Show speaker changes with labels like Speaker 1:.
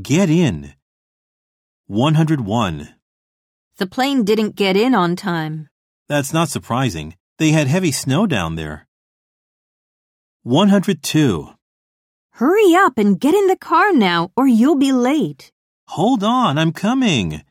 Speaker 1: Get in. 101.
Speaker 2: The plane didn't get in on time.
Speaker 1: That's not surprising. They had heavy snow down there. 102.
Speaker 2: Hurry up and get in the car now, or you'll be late.
Speaker 1: Hold on, I'm coming.